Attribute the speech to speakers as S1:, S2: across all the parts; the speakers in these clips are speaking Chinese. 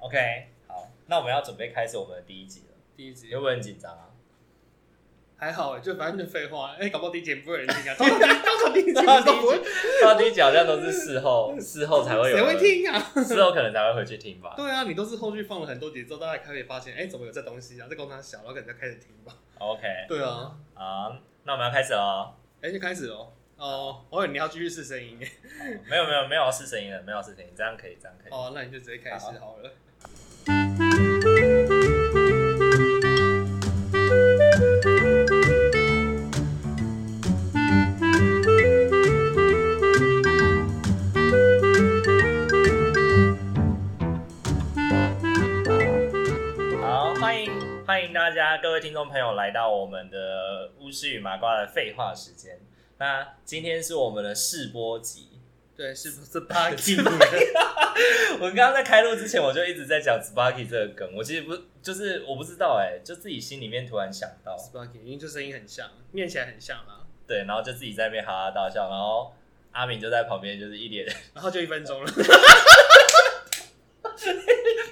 S1: OK，好，那我们要准备开始我们的第一集了，
S2: 第一集
S1: 你会不会很紧张 啊？
S2: 还好欸，就反正就废话。哎、搞不好第一集不会有人听啊， 通常通常第一集都不会，
S1: 到第一集好像都是事后，事后才会有
S2: 谁
S1: 人，
S2: 会听啊？
S1: 事后可能才会回去听吧。
S2: 对啊，你都是后续放了很多集之后，大家开始发现，哎、怎么有这东西啊？这工厂小，然后可能就开始听 吧。
S1: OK，
S2: 对啊，
S1: 啊，那我们要开始了。
S2: 哎、就开始哦。哦，我以为你要继续试声音耶。
S1: 没有没有没有要试声音了，没有要试声音，这样可以，这样可以。
S2: 哦，那你就直接开始好了。
S1: 好，欢迎欢迎大家各位听众朋友来到我们的巫师与麻瓜的废话时间。那今天是我们的试播集。
S2: 对，是不是 Parky？
S1: 我刚刚在开录之前，我就一直在讲 Sparky 这个梗，我其实不就是我不知道哎、就自己心里面突然想到，
S2: Sparky，因为这声音很像，念起来很像啊 啦。
S1: 对，然后就自己在那边哈哈大笑，然后阿明就在旁边就是一脸
S2: 然后就一分钟了，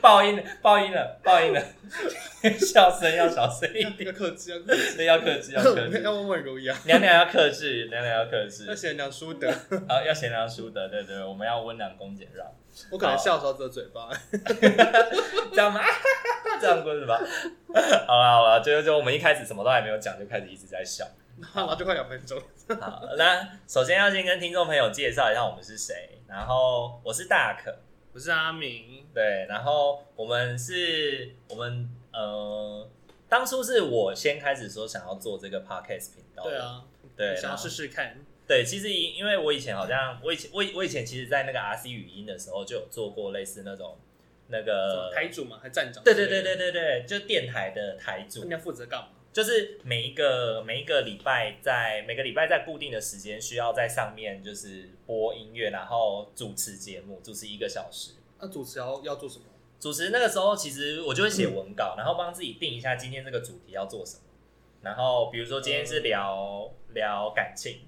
S1: 爆音了，爆音了，爆音了， 笑声要小声一点，
S2: 要克制， 要克制，
S1: 所以要克制，要克制
S2: 啊要，温文儒雅，
S1: 娘娘要克制，娘娘要克制
S2: 要，啊贤良淑德。
S1: 好，要贤良淑德，对对，我们要温良恭俭让，
S2: 我可能
S1: 好
S2: 笑的时候只有嘴巴。
S1: 这样吗？ 这样过是吧？ 好了好了，就就我们一开始什么都还没有讲，就开始一直在笑。
S2: 然后就快两分钟。
S1: 好，那首先要先跟听众朋友介绍一下我们是谁，然后我是大可，
S2: 我是阿明，
S1: 对，然后我们是，我们呃，当初是我先开始说想要做这个 podcast 频道，
S2: 对，啊，
S1: 对，
S2: 想要
S1: 然后
S2: 试试看，
S1: 对，其实因因为我以前好像，我以前我以我以前其实，在那个 RC 语音的时候就有做过类似那种那
S2: 什么
S1: 个，
S2: 台主嘛，还站长，
S1: 呃对对对对，对对，就电台的台
S2: 那
S1: 主
S2: 你，要负责干嘛？
S1: 就是每一个每一个礼拜在每个礼拜在固定的时间需要在上面就是播音乐，然后主持节目，主持一个小时。
S2: 那主持要要做什么？
S1: 主持那个时候，其实我就会写文稿，然后帮自己定一下今天这个主题要做什么。然后比如说今天是聊、聊感情，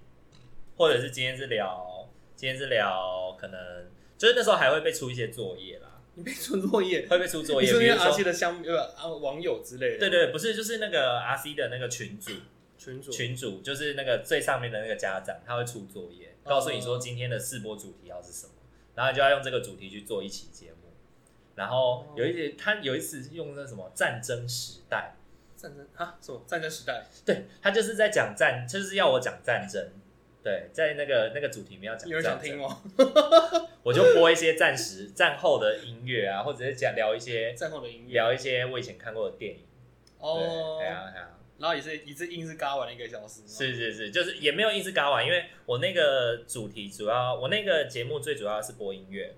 S1: 或者是今天是聊今天是聊可能就是那时候还会被出一些作业啦，
S2: 你被存作业，
S1: 会被出作
S2: 你
S1: 业，
S2: 是不
S1: 比
S2: 是
S1: 如
S2: 阿七
S1: 说
S2: 的相呃啊网友之类的？
S1: 对，对，不是就是那个 R C 的那个群主，
S2: 群主
S1: 群主就是那个最上面的那个家长，他会出作业，
S2: 哦
S1: 告诉你说今天的试播主题要是什么，然后你就要用这个主题去做一期节目。然后有一
S2: 哦
S1: 节，他有一次用那什么战争时代，
S2: 战争啊什么战争时代？
S1: 对他就是在讲战，就是要我讲战争。对，在那个那个主题里面要讲
S2: 有人
S1: 战
S2: 想
S1: 争，
S2: 听吗？
S1: 我就播一些战时战后的音乐啊，或者是讲聊一些
S2: 战后的音乐
S1: 聊一些我以前看过的电影。
S2: 哦
S1: 对，，哎呀哎呀，
S2: 然后也是一次硬是嘎完了一个小时，，
S1: 是是是，就是也没有一直嘎完，因为我那个主题主要，我那个节目最主要是播音乐，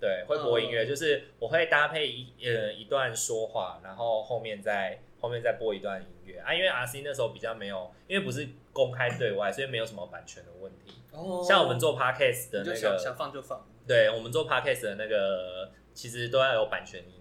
S1: 对，会播音乐，
S2: 嗯
S1: 就是我会搭配一呃一段说话，然后后面再后面再播一段音乐啊，因为 R C 那时候比较没有，因为不是公开对外，所以没有什么版权的问题。
S2: 哦，
S1: 像我们做 podcast 的
S2: 你
S1: 那
S2: 就想
S1: 个，
S2: 想放就放，
S1: 对我们做 podcast 的那个，其实都要有版权音，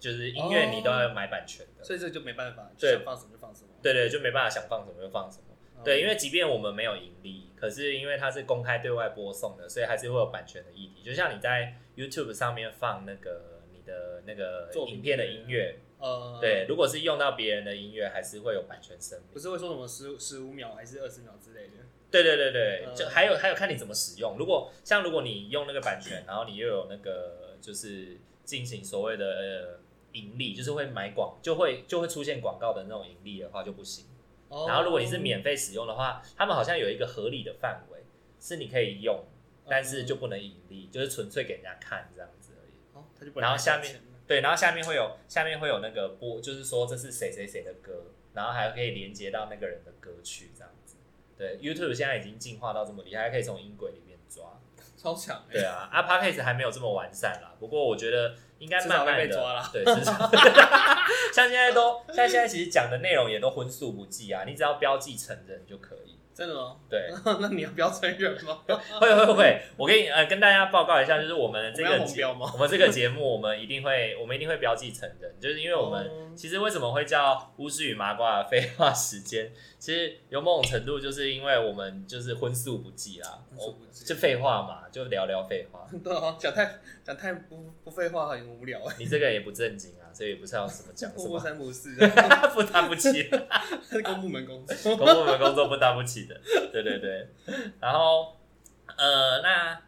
S1: 就是音乐你都要买版权的，
S2: 哦所以这就没办法，
S1: 对
S2: 想放什么就放什么。
S1: 对对，就没办法想放什么就放什么。对，因为即便我们没有盈利，可是因为它是公开对外播送的，所以还是会有版权的议题。就像你在 YouTube 上面放那个你的那个
S2: 作品
S1: 影片的音乐，
S2: 呃，
S1: 对，如果是用到别人的音乐，还是会有版权声
S2: 不
S1: 明。
S2: 是会说什么十十五秒还是二十秒之类的。
S1: 对对对对，
S2: 嗯
S1: 就还有还有看你怎么使用。如果像如果你用那个版权，然后你又有那个就是进行所谓的呃盈利，就是会买广，就会就会出现广告的那种盈利的话就不行。
S2: 哦
S1: 然后如果你是，免费使用的话，他们好像有一个合理的范围是你可以用，但是就不能盈利，就是纯粹给人家看这样子而已。
S2: 哦，他就不能
S1: 然后下
S2: 拿
S1: 面
S2: 钱了
S1: 对，然后下面会有下面会有那个播，就是说这是谁谁谁的歌，然后还可以连接到那个人的歌曲这样子。对，YouTube 现在已经进化到这么厉害，还可以从音轨里面抓。
S2: 超强欸，
S1: 对 啊，啊 p a c k a g e 还没有这么完善啦，不过我觉得应该
S2: 至
S1: 慢
S2: 少会
S1: 慢
S2: 被
S1: 的
S2: 抓啦。
S1: 对，至少 像现在都像现在其实讲的内容也都荤素不忌啊，你只要标记成人就可以。
S2: 真的吗？
S1: 对，
S2: 那你要不要承认吗？
S1: 会会会，我给你呃跟大家报告一下，就是我们
S2: 我
S1: 这
S2: 们要
S1: 个
S2: 红
S1: 节，
S2: 标吗？
S1: 我们这个节目，我们一定会，我们一定会标记成人，就是因为我们
S2: 哦
S1: 其实为什么会叫巫师与麻瓜的废话时间，其实有某种程度就是因为我们就是荤素不忌啦，
S2: 荤素
S1: 我
S2: 不忌
S1: 就废话嘛，就聊聊废话。
S2: 对啊，讲太讲太不不废话很无聊哎，
S1: 你这个也不正经啊，所以也不知道怎么讲什
S2: 不
S1: 么，
S2: 三不四，
S1: 不搭不起，
S2: 公部门 工作。
S1: 公部门工作不搭不起的，对对对。然后呃，那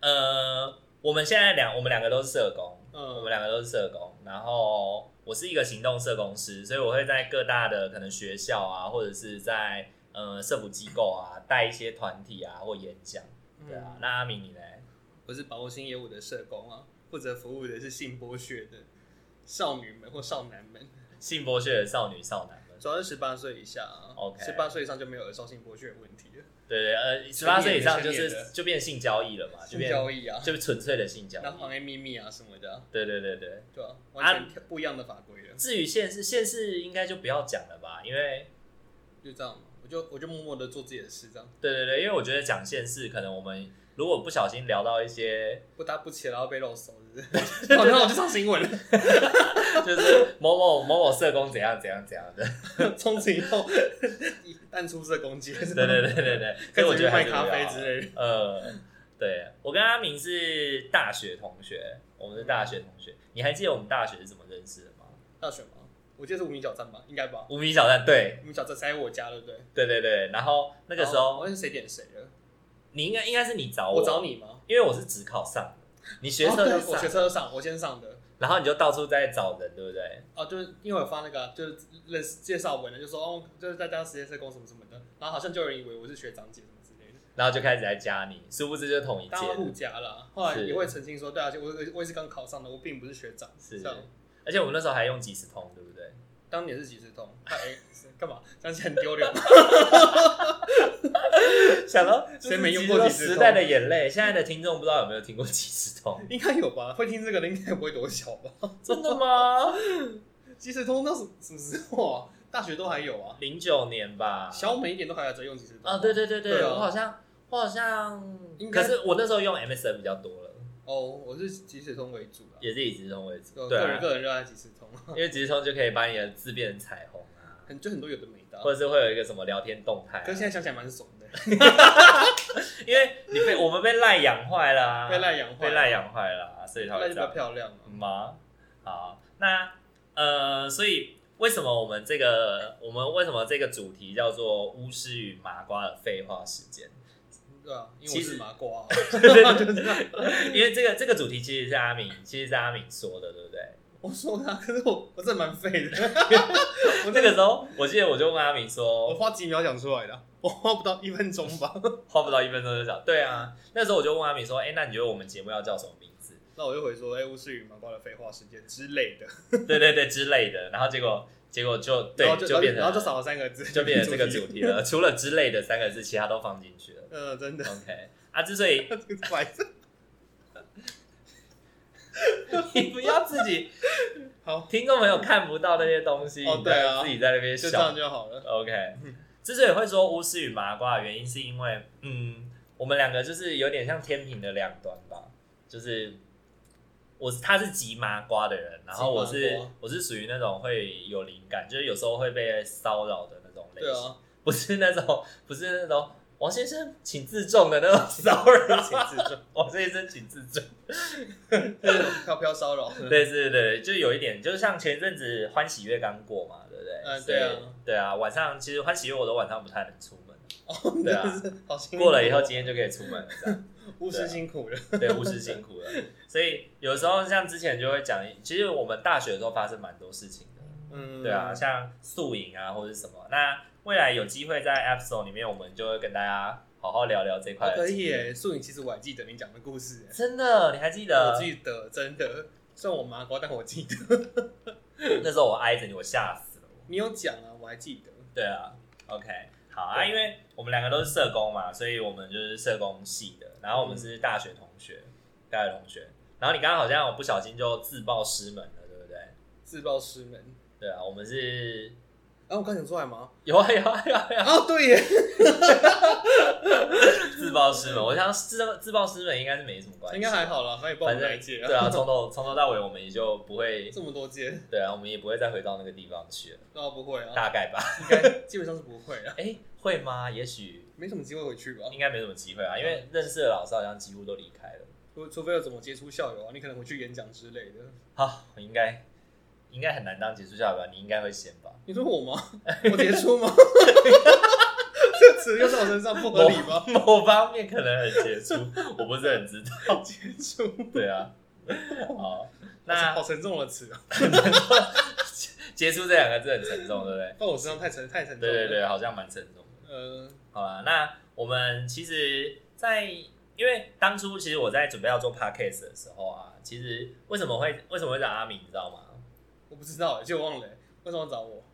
S1: 呃，我们现在两我们两个都是社工，我们
S2: 嗯，
S1: 两个都是社工，然后我是一个行动社工师，所以我会在各大的可能学校啊，或者是在呃社福机构啊，带一些团体啊或演讲，对
S2: 嗯
S1: 啊。那阿明你呢？
S2: 我是保护新业务的社工啊，负责服务的是性剥削的少女们或少男们，
S1: 性剥削的少女少男们，
S2: 主要是十八岁以下啊
S1: OK
S2: 十八岁以上就没有儿少性剥削的问题了，
S1: 对对，呃，十八岁以上就
S2: 成年
S1: 是
S2: 的
S1: 就变性交易了嘛，就
S2: 性
S1: 变
S2: 交易啊，
S1: 就是纯粹的性交
S2: 然后妨
S1: 易，
S2: 碍秘密啊什么的啊，
S1: 对对对对。
S2: 对吧？完全跳
S1: 啊
S2: 不一样的法规了，
S1: 至于现世，现世应该就不要讲了吧，因为
S2: 就这样，我就我就默默的做自己的事，这样
S1: 对对对，因为我觉得讲现世，可能我们如果不小心聊到一些
S2: 不搭不起，然后被露手，是不是？
S1: 哦
S2: 好，那我就上新闻了。
S1: 就是某某某某社工怎样怎样怎样的，
S2: 从此以后 淡出社工界，对
S1: 对对对对对，所
S2: 开
S1: 以我觉
S2: 始去
S1: 得还
S2: 卖
S1: 是
S2: 咖啡
S1: 不要啊
S2: 之类的。
S1: 呃，对我跟阿明是大学同学，我们是大学同学，你还记得我们大学是怎么认识的吗？
S2: 大学吗？我记得是无名小站吧，应该吧。
S1: 无名小站，对
S2: 无名小站塞我家，对不对？
S1: 对对对，然后那个时
S2: 然后
S1: 候
S2: 哦我是谁点谁了？
S1: 你应该应该是你找
S2: 我找，你吗？
S1: 因为我是只考上的，你学
S2: 哦
S1: 测
S2: 对
S1: 就
S2: 我学
S1: 上，
S2: 车上，我先上的。
S1: 然后你就到处在找人，对不对？
S2: 哦，就是因为我发那个啊就是认识介绍文的，就说哦，就是在当实验社工什么什么的，然后好像就有人以为我是学长姐什么之类的，
S1: 然后就开始来加你，殊不知就是同一届
S2: 大家
S1: 的
S2: 互加啦。后来
S1: 是
S2: 也会澄清说，对啊，我我也是刚考上的，我并不是学长，
S1: 是
S2: 这样。
S1: 而且我们那时候还用即时通，对不对？
S2: 当年是几十通，哎，干嘛？想起来很丢脸。
S1: 想到
S2: 谁没用过即时通
S1: 时代的眼泪，现在的听众不知道有没有听过即时 通？
S2: 应该有吧？会听这个的应该不会多小吧？
S1: 真的吗？
S2: 即时通到什什么时候啊？大学都还有啊，
S1: 零九年吧。
S2: 小美一点都还有在用即时通
S1: 啊，对对对对，
S2: 对啊
S1: 我好像我好像
S2: 应，该
S1: 可是我那时候用 MSN 比较多了，
S2: 哦，我是即时通为主啊，
S1: 也是以即时通为主。
S2: 我
S1: 对
S2: 个人
S1: 啊，
S2: 个人热爱即时通，
S1: 因为即时通就可以把你的字变成彩虹啊，
S2: 很就很多有的没的啊，
S1: 或者是会有一个什么聊天动态啊、
S2: 可是现在想起来蛮爽的，
S1: 因为你被我们被赖养坏了啊，
S2: 被赖养坏，
S1: 被赖养坏了啊，所以才
S2: 赖
S1: 会
S2: 就
S1: 这
S2: 比较
S1: 样。
S2: 漂亮嘛。
S1: 吗？好，那呃，所以为什么我们这个我们为什么这个主题叫做巫师与麻瓜的废话时间？
S2: 对啊，因为我
S1: 其实
S2: 是麻瓜 啊，
S1: 就是
S2: 嗯
S1: 因为这个这个主题其实是阿敏，其实是阿敏说的，对不对？
S2: 我说他，可是我我真的 蛮废的，
S1: 我那个时候我记得我就问阿敏
S2: 我
S1: 说，
S2: 花几秒讲出来的啊，我花不到一分钟吧，
S1: 花不到一分钟就讲，对啊，那时候我就问阿敏说，哎、那你觉得我们节目要叫什么名 字？
S2: 那我就回说，哎，巫师与麻瓜的废话时间之类的，
S1: 对对对之类的，然后结果结果就对
S2: 然后就
S1: 变成
S2: 然后就少了三个字，
S1: 就变成 这个主
S2: 题，
S1: 题了，除了之类的三个字，其他都放进去了。
S2: 嗯，真 的。
S1: OK 啊，之所以
S2: 白
S1: 你不要自己，
S2: 好，
S1: 听众朋友看不到那些东西，
S2: 哦
S1: 你在
S2: 对啊
S1: 自己在那边
S2: 就这样嗯
S1: 笑。
S2: 就好了。
S1: OK，之所以会说巫师与麻瓜的原因，是因为嗯，我们两个就是有点像天平的两端吧，就是我他是极麻瓜的人，然后我
S2: 极
S1: 是
S2: 麻瓜
S1: 我是属于那种会有灵感，就是有时候会被骚扰的那种类
S2: 对
S1: 型，
S2: 啊，
S1: 不是那种不是那种王先生请自重的那种骚扰，
S2: 请自重，
S1: 王先生请自重。
S2: 这种哎飘飘骚扰。
S1: 对，是，对，就有一点，就是像前阵子欢喜月刚过嘛，对不对？
S2: 嗯
S1: 所以
S2: 对 啊，
S1: 对啊，晚上其实欢喜月我都晚上不太能出门，
S2: 哦，
S1: 对啊
S2: 真的是好辛苦。
S1: 过了以后啊今天就可以出门了，这样，
S2: 巫师辛苦了。
S1: 对，巫师辛 苦了。所以有时候像之前就会讲，其实我们大学的时候发生蛮多事情的，
S2: 嗯，
S1: 对啊，像宿营啊或者是什么。那未来有机会在 App Store 里面，我们就会跟大家好好聊聊这块
S2: 哦。
S1: 的
S2: 可
S1: 经
S2: 以
S1: 历。
S2: 耶，素影其实我还记得你讲的故事耶，
S1: 真的，你还记得
S2: 我？记得真的。虽然我麻瓜，但我记得。
S1: 那时候我挨着你，我吓死了。
S2: 你有讲啊，我还记得。
S1: 对啊，OK，好啊，
S2: 对
S1: 因为我们两个都是社工嘛，所以我们就是社工系的，然后我们是大学同学，
S2: 嗯
S1: 大学同学。然后你刚刚好像我不小心就自报师门了，对不对？
S2: 自报师门，
S1: 对啊，我们是
S2: 后我刚讲出 来吗？
S1: 有啊有啊有啊，有啊
S2: 哦，对耶，
S1: 自爆师 门，我想自自爆师门应该是没什么关系，
S2: 应该还好啦，反正也不知道我
S1: 反
S2: 们哪
S1: 正
S2: 一届
S1: 对啊，从头从头到尾我们也就不会，
S2: 这么多届，
S1: 对啊，我们也不会再回到那个地方 去了，
S2: 那不会啊，
S1: 大概吧。
S2: 应该基本上是不会 啊，
S1: 哎、会吗？也许
S2: 没什么机会回去吧，
S1: 应该没什么机会啊，因为认识的老师好像几乎都离开了。
S2: 除除非要怎么接触校友啊，你可能回去演讲之类的。
S1: 好，我应该应该很难当结束校友吧？你应该会先吧？
S2: 你说我吗？我杰出吗？这词用在我身上不合理吗？
S1: 某方面可能很杰出， 我不是很知道。
S2: 杰出，
S1: 对 啊，好，
S2: 那
S1: 那
S2: 好沉重的词啊，
S1: 结束这两个字很沉重，对不对？
S2: 放我身上太沉太沉重
S1: 对
S2: 了。
S1: 对对，好像蛮沉重的。
S2: 呃，
S1: 好啦，那我们其实在，因为当初其实我在准备要做 podcast 的时候啊，其实为什么会为什么会找阿明，你知道吗？
S2: 我不知道欸，就忘了欸为什么要找我？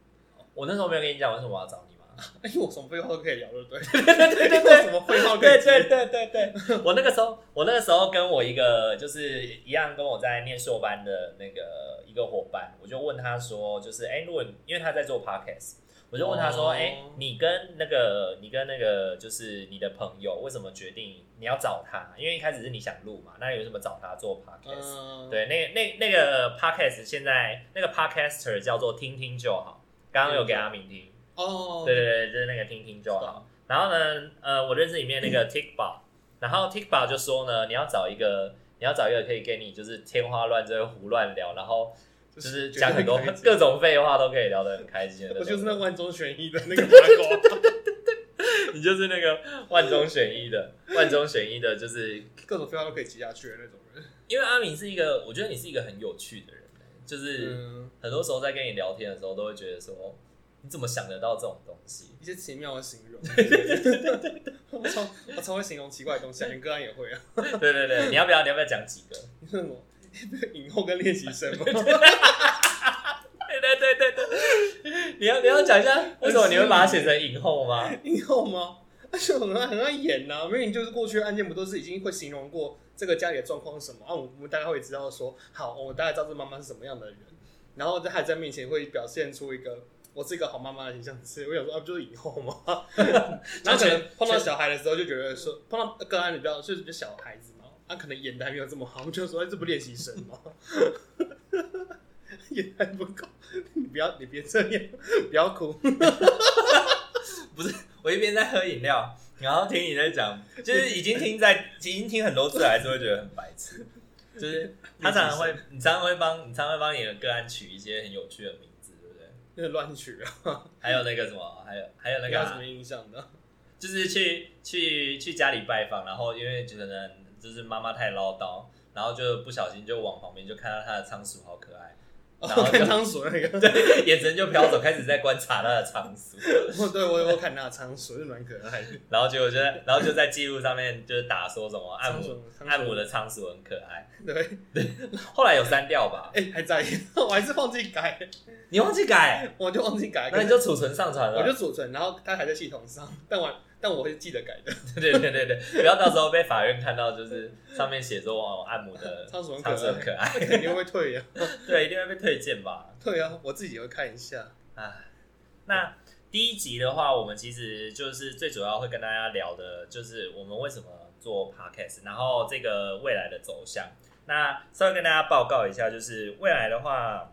S1: 我那时候没有跟你讲为什么我要找你吗？
S2: 哎，我什么废话都可以聊，对不对？
S1: 对对对
S2: 我什么废话都可以
S1: 对
S2: 接
S1: 对对对对， 我那个时候，我那个时候跟我一个就是一样跟我在念硕班的那个一个伙伴，我就问他说，就是哎、如果你因为他在做 podcast，我就问他说，
S2: 哦
S1: 哎、你跟那个你跟那个就是你的朋友为什么决定你要找他？因为一开始是你想录嘛，那有什么找他做 podcast？、
S2: 嗯，
S1: 对，那那那个 podcast 现在那个 podcaster 叫做听听就好，刚刚有给阿明听，
S2: 哦，
S1: 对对对，就是那个听听就好。
S2: 懂，
S1: 然后呢，呃，我认识里面那 个 Tick Bar，然后 Tick Bar 就说呢，你要找一个，你要找一个可以跟你就是天花乱坠、胡乱聊，然后
S2: 就
S1: 就是
S2: 绝对
S1: 讲很多
S2: 可以接
S1: 各种废话都可以聊得很开心的那
S2: 我
S1: 种。
S2: 就是那万中选一的 那个八卦，
S1: 你就是那个万中选一 的，万中选一的，就是
S2: 各种废话都可以接下去的那种人。
S1: 因为阿明是一个，我觉得你是一个很有趣的人，欸就是
S2: 嗯，
S1: 很多时候在跟你聊天的时候，都会觉得说，你怎么想得到这种东 西？
S2: 一些奇妙的形容。 对对对对，我超我超会形容奇怪的东西啊，连个案也会啊。
S1: 对对对，你要不要你要不要讲几个？
S2: 你说什 么？影后跟练习生吗？
S1: 对对对对对，你要你要讲一下为什么你会把它写成影后吗？
S2: 影后吗？ 而且我很爱很爱演呐、因为你就是过去的案件不都是已经会形容过这个家里的状况是什么啊？我们大概会知道说，好，我大概知道这妈妈是什么样的人，然后在孩子在面前会表现出一个我是一个好妈妈的形象。是，我想说啊，不就是影后吗？然后可能碰到小孩的时候就觉得说，碰到个案你比较就是比较小孩子嘛，他、可能演的还没有这么好，我们就说哎这不练习生吗？ 演得还不够，你不要你别这样，不要哭。
S1: 我一边在喝饮料，然后听你在讲，就是已经听在已经听很多次了，还是会觉得很白痴。就是他常常会，你常常会帮你常常会帮你的个案取一些很有趣的名字，对不对？
S2: 那个乱取啊，
S1: 还有那个什么，还有还有那
S2: 没
S1: 个
S2: 有
S1: 啊、
S2: 什么印象的。
S1: 就是去去去家里拜访，然后因为觉得就是妈妈太唠叨，然后就不小心就往旁边就看到他的仓鼠好可爱， 然后
S2: 哦，
S1: 就
S2: 看仓鼠那个，
S1: 对，眼神就飘走，开始在观察他的仓鼠。
S2: 我对我有看那仓鼠，是蛮可爱的。
S1: 然后结果就在，然后就在记录上面就是打说什么按
S2: 仓
S1: 摩
S2: 鼠，仓鼠
S1: 按摩的仓鼠很可爱，
S2: 对，
S1: 后来有删掉 吧？
S2: 哎、还在，我还是忘记改，
S1: 你忘记改，
S2: 我就忘记改，
S1: 那你就储存上传
S2: 我
S1: 了
S2: 就。储存，然后它还在系统上，但我但我会记得改的。
S1: 对对对对，不要到时候被法院看到，就是上面写说哦按摩的
S2: 仓鼠很可爱
S1: 仓鼠很可爱，
S2: 肯定会退呀、啊，
S1: 对，一定会被推荐吧？
S2: 退啊，我自己也会看一下。
S1: 啊，那第一集的话，我们其实就是最主要会跟大家聊的，就是我们为什么做 podcast，然后这个未来的走向。那稍微跟大家报告一下，就是未来的话，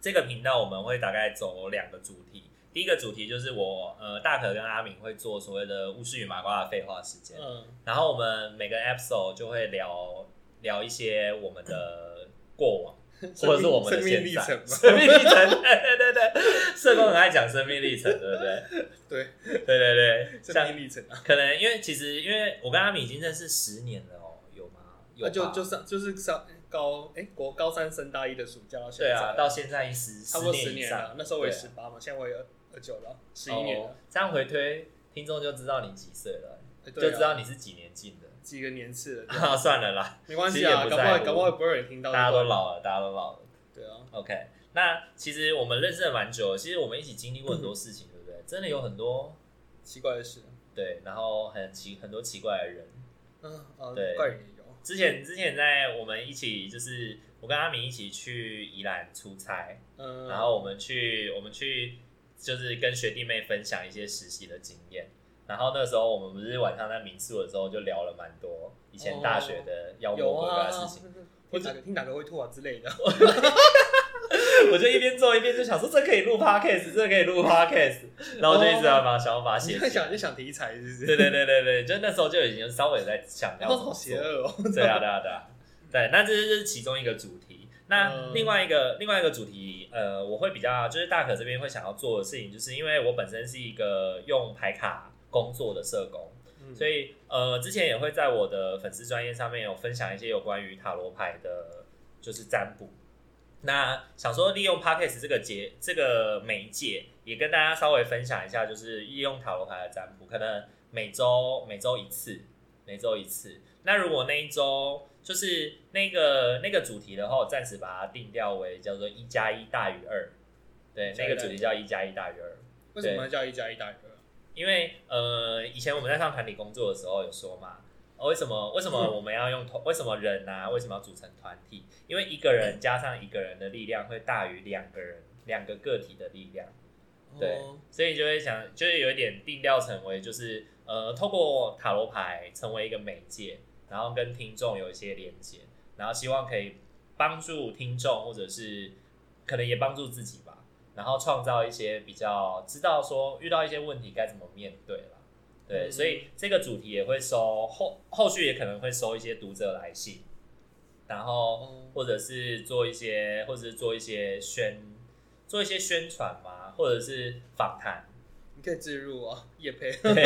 S1: 这个频道我们会大概走两个主题。第一个主题就是我呃大可跟阿敏会做所谓的巫师与麻瓜的废话时间，
S2: 嗯，
S1: 然后我们每个 episode 就会聊聊一些我们的过往。或者是我们的
S2: 生命
S1: 现
S2: 历
S1: 在
S2: 程嘛。
S1: 生命历程，对对对，社工很爱讲生命历程，对不对？
S2: 对
S1: 对对对，
S2: 生
S1: 像
S2: 命历程啊，
S1: 可能因为其实因为我跟阿米已经认识十年了哦，有吗？有
S2: 那
S1: 吧
S2: 啊就就上就是上高哎、国高三升大一的暑假到现
S1: 对
S2: 在，
S1: 啊，到现在十
S2: 差不多
S1: 十
S2: 十
S1: 以
S2: 年
S1: 上，
S2: 了。那时候我也
S1: 对啊
S2: 十八嘛，现在我也二九了，十一年
S1: 哦
S2: 了，
S1: 这样回推听众就知道你几岁了，
S2: 哎对
S1: 就
S2: 啊
S1: 知道你是几年进的。
S2: 几个年次了。对
S1: 啊，算了啦，
S2: 没关
S1: 其
S2: 系
S1: 实也
S2: 啊，
S1: 不
S2: 搞不
S1: 在
S2: 好
S1: 乎
S2: 搞不好不会有人听到。
S1: 大家都老了，大家都老了。
S2: 对啊，
S1: OK，那其实我们认识了蛮久了，其实我们一起经历过
S2: 嗯
S1: 很多事情，对不对？真的有很多
S2: 奇怪的是，
S1: 对，然后很奇很多奇怪的人。
S2: 嗯啊，
S1: 对
S2: 怪人也有，
S1: 之前之前在我们一起，就是我跟阿明一起去宜兰出差，
S2: 嗯，
S1: 然后我们去我们去就是跟学弟妹分享一些实习的经验。然后那时候我们不是晚上在民宿的时候就聊了蛮多以前大学的妖
S2: 有
S1: 魔鬼怪
S2: 啊
S1: 的事情，，
S2: 听哪个听哪个会吐啊之类的。
S1: 我就一边做一边就想说这可以录 podcast，这可以录 podcast，然后我就一直在把想要把它
S2: 你
S1: 写
S2: 在
S1: 起来。
S2: 想就想题材是不是？
S1: 对对对对对，就那时候就已经稍微在想要怎
S2: 然后
S1: 么
S2: 好
S1: 做
S2: 邪恶哦。
S1: 对啊，对啊，对啊，对，那这是其中一个主题。那
S2: 嗯
S1: 另外一个、另外一个主题，呃，我会比较就是大可这边会想要做的事情，就是因为我本身是一个用牌卡工作的社工，
S2: 嗯
S1: 所以呃，之前也会在我的粉丝专业上面有分享一些有关于塔罗牌的，就是占卜。那想说利用 podcast 这个节这个媒介，也跟大家稍微分享一下，就是利用塔罗牌的占卜，可能每周每周一次，每周一次。那如果那一周就是那个那个主题的话，我暂时把它定调为叫做一加一大于二，对，那个主题叫一加一大于二。
S2: 为什么要叫一加一大于二？
S1: 因为呃，以前我们在上团体工作的时候有说嘛，哦为什么为什么我们要用团？为什么人啊？为什么要组成团体？因为一个人加上一个人的力量会大于两个人两个个体的力量，对
S2: 哦，
S1: 所以就会想，就是有一点定调成为就是呃，透过塔罗牌成为一个媒介，然后跟听众有一些连接，然后希望可以帮助听众或者是可能也帮助自己吧，然后创造一些比较知道说遇到一些问题该怎么面对啦。对，
S2: 嗯
S1: 所以这个主题也会收后后续也可能会收一些读者来信，然后
S2: 哦
S1: 或者是做一些或者是做一些宣做一些宣传嘛，或者是访谈，
S2: 你可以置入啊，叶佩，
S1: 对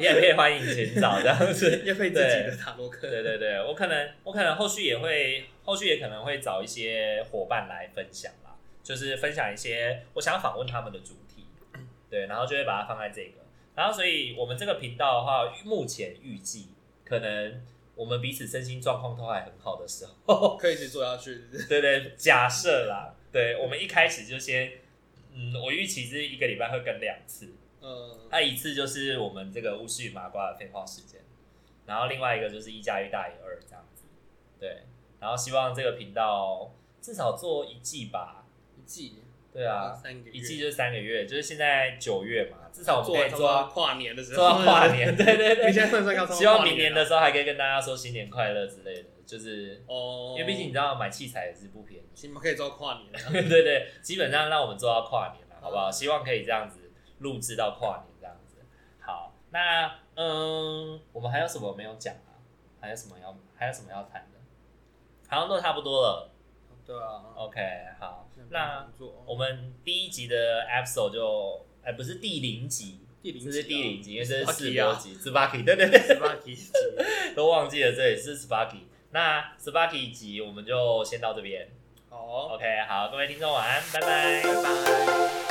S1: 你也可以欢迎寻找这样子。
S2: 叶佩自己的塔罗克。
S1: 对对对，我可能我可能后续也会，后续也可能会找一些伙伴来分享啦，就是分享一些我想要访问他们的主题，对，然后就会把它放在这个。然后，所以我们这个频道的话，目前预计可能我们彼此身心状况都还很好的时候，
S2: 哦可以一直做下去，是不是
S1: 对对，假设啦，对我们一开始就先，嗯，我预期是一个礼拜会更两次，
S2: 嗯，
S1: 那一次就是我们这个巫师与麻瓜的废话时间，然后另外一个就是一加一大于二这样子，对，然后希望这个频道至少做一季吧，
S2: 一季
S1: 对啊，
S2: 三个月，
S1: 一季就是三个月，就是现在九月嘛，至少我们
S2: 做
S1: 可以
S2: 完
S1: 做
S2: 到
S1: 到
S2: 跨年的时候，
S1: 做到跨年，啊对对 对，
S2: 你现在算算看，
S1: 希望明年的时候还可以跟大家说新年快乐之类的，就是
S2: 哦，
S1: 因为毕竟你知道买器材也是不便宜，
S2: 行吧，可以做到跨年 啊。
S1: 对对对，基本上让我们做到跨年了，好不好？希望可以这样子录制到跨年这样子。好，那嗯，我们还有什么没有讲啊？还有什么要还有什么要谈的？好像都差不多了。
S2: 对啊，
S1: OK，好，那我
S2: 做
S1: 们第一集的 episode 就哎、不是第零集，
S2: 第零
S1: 这
S2: 集
S1: 是
S2: 啊
S1: 第零集，因为这是试
S2: Sparky 啊
S1: 播集 s p a r k y 对对对，
S2: 十八题集，
S1: 都忘记了，这里是 s p a r k y 那 s p a r k y 集我们就先到这边。
S2: 好，
S1: OK，好，各位听众晚安，拜拜。
S2: 拜拜。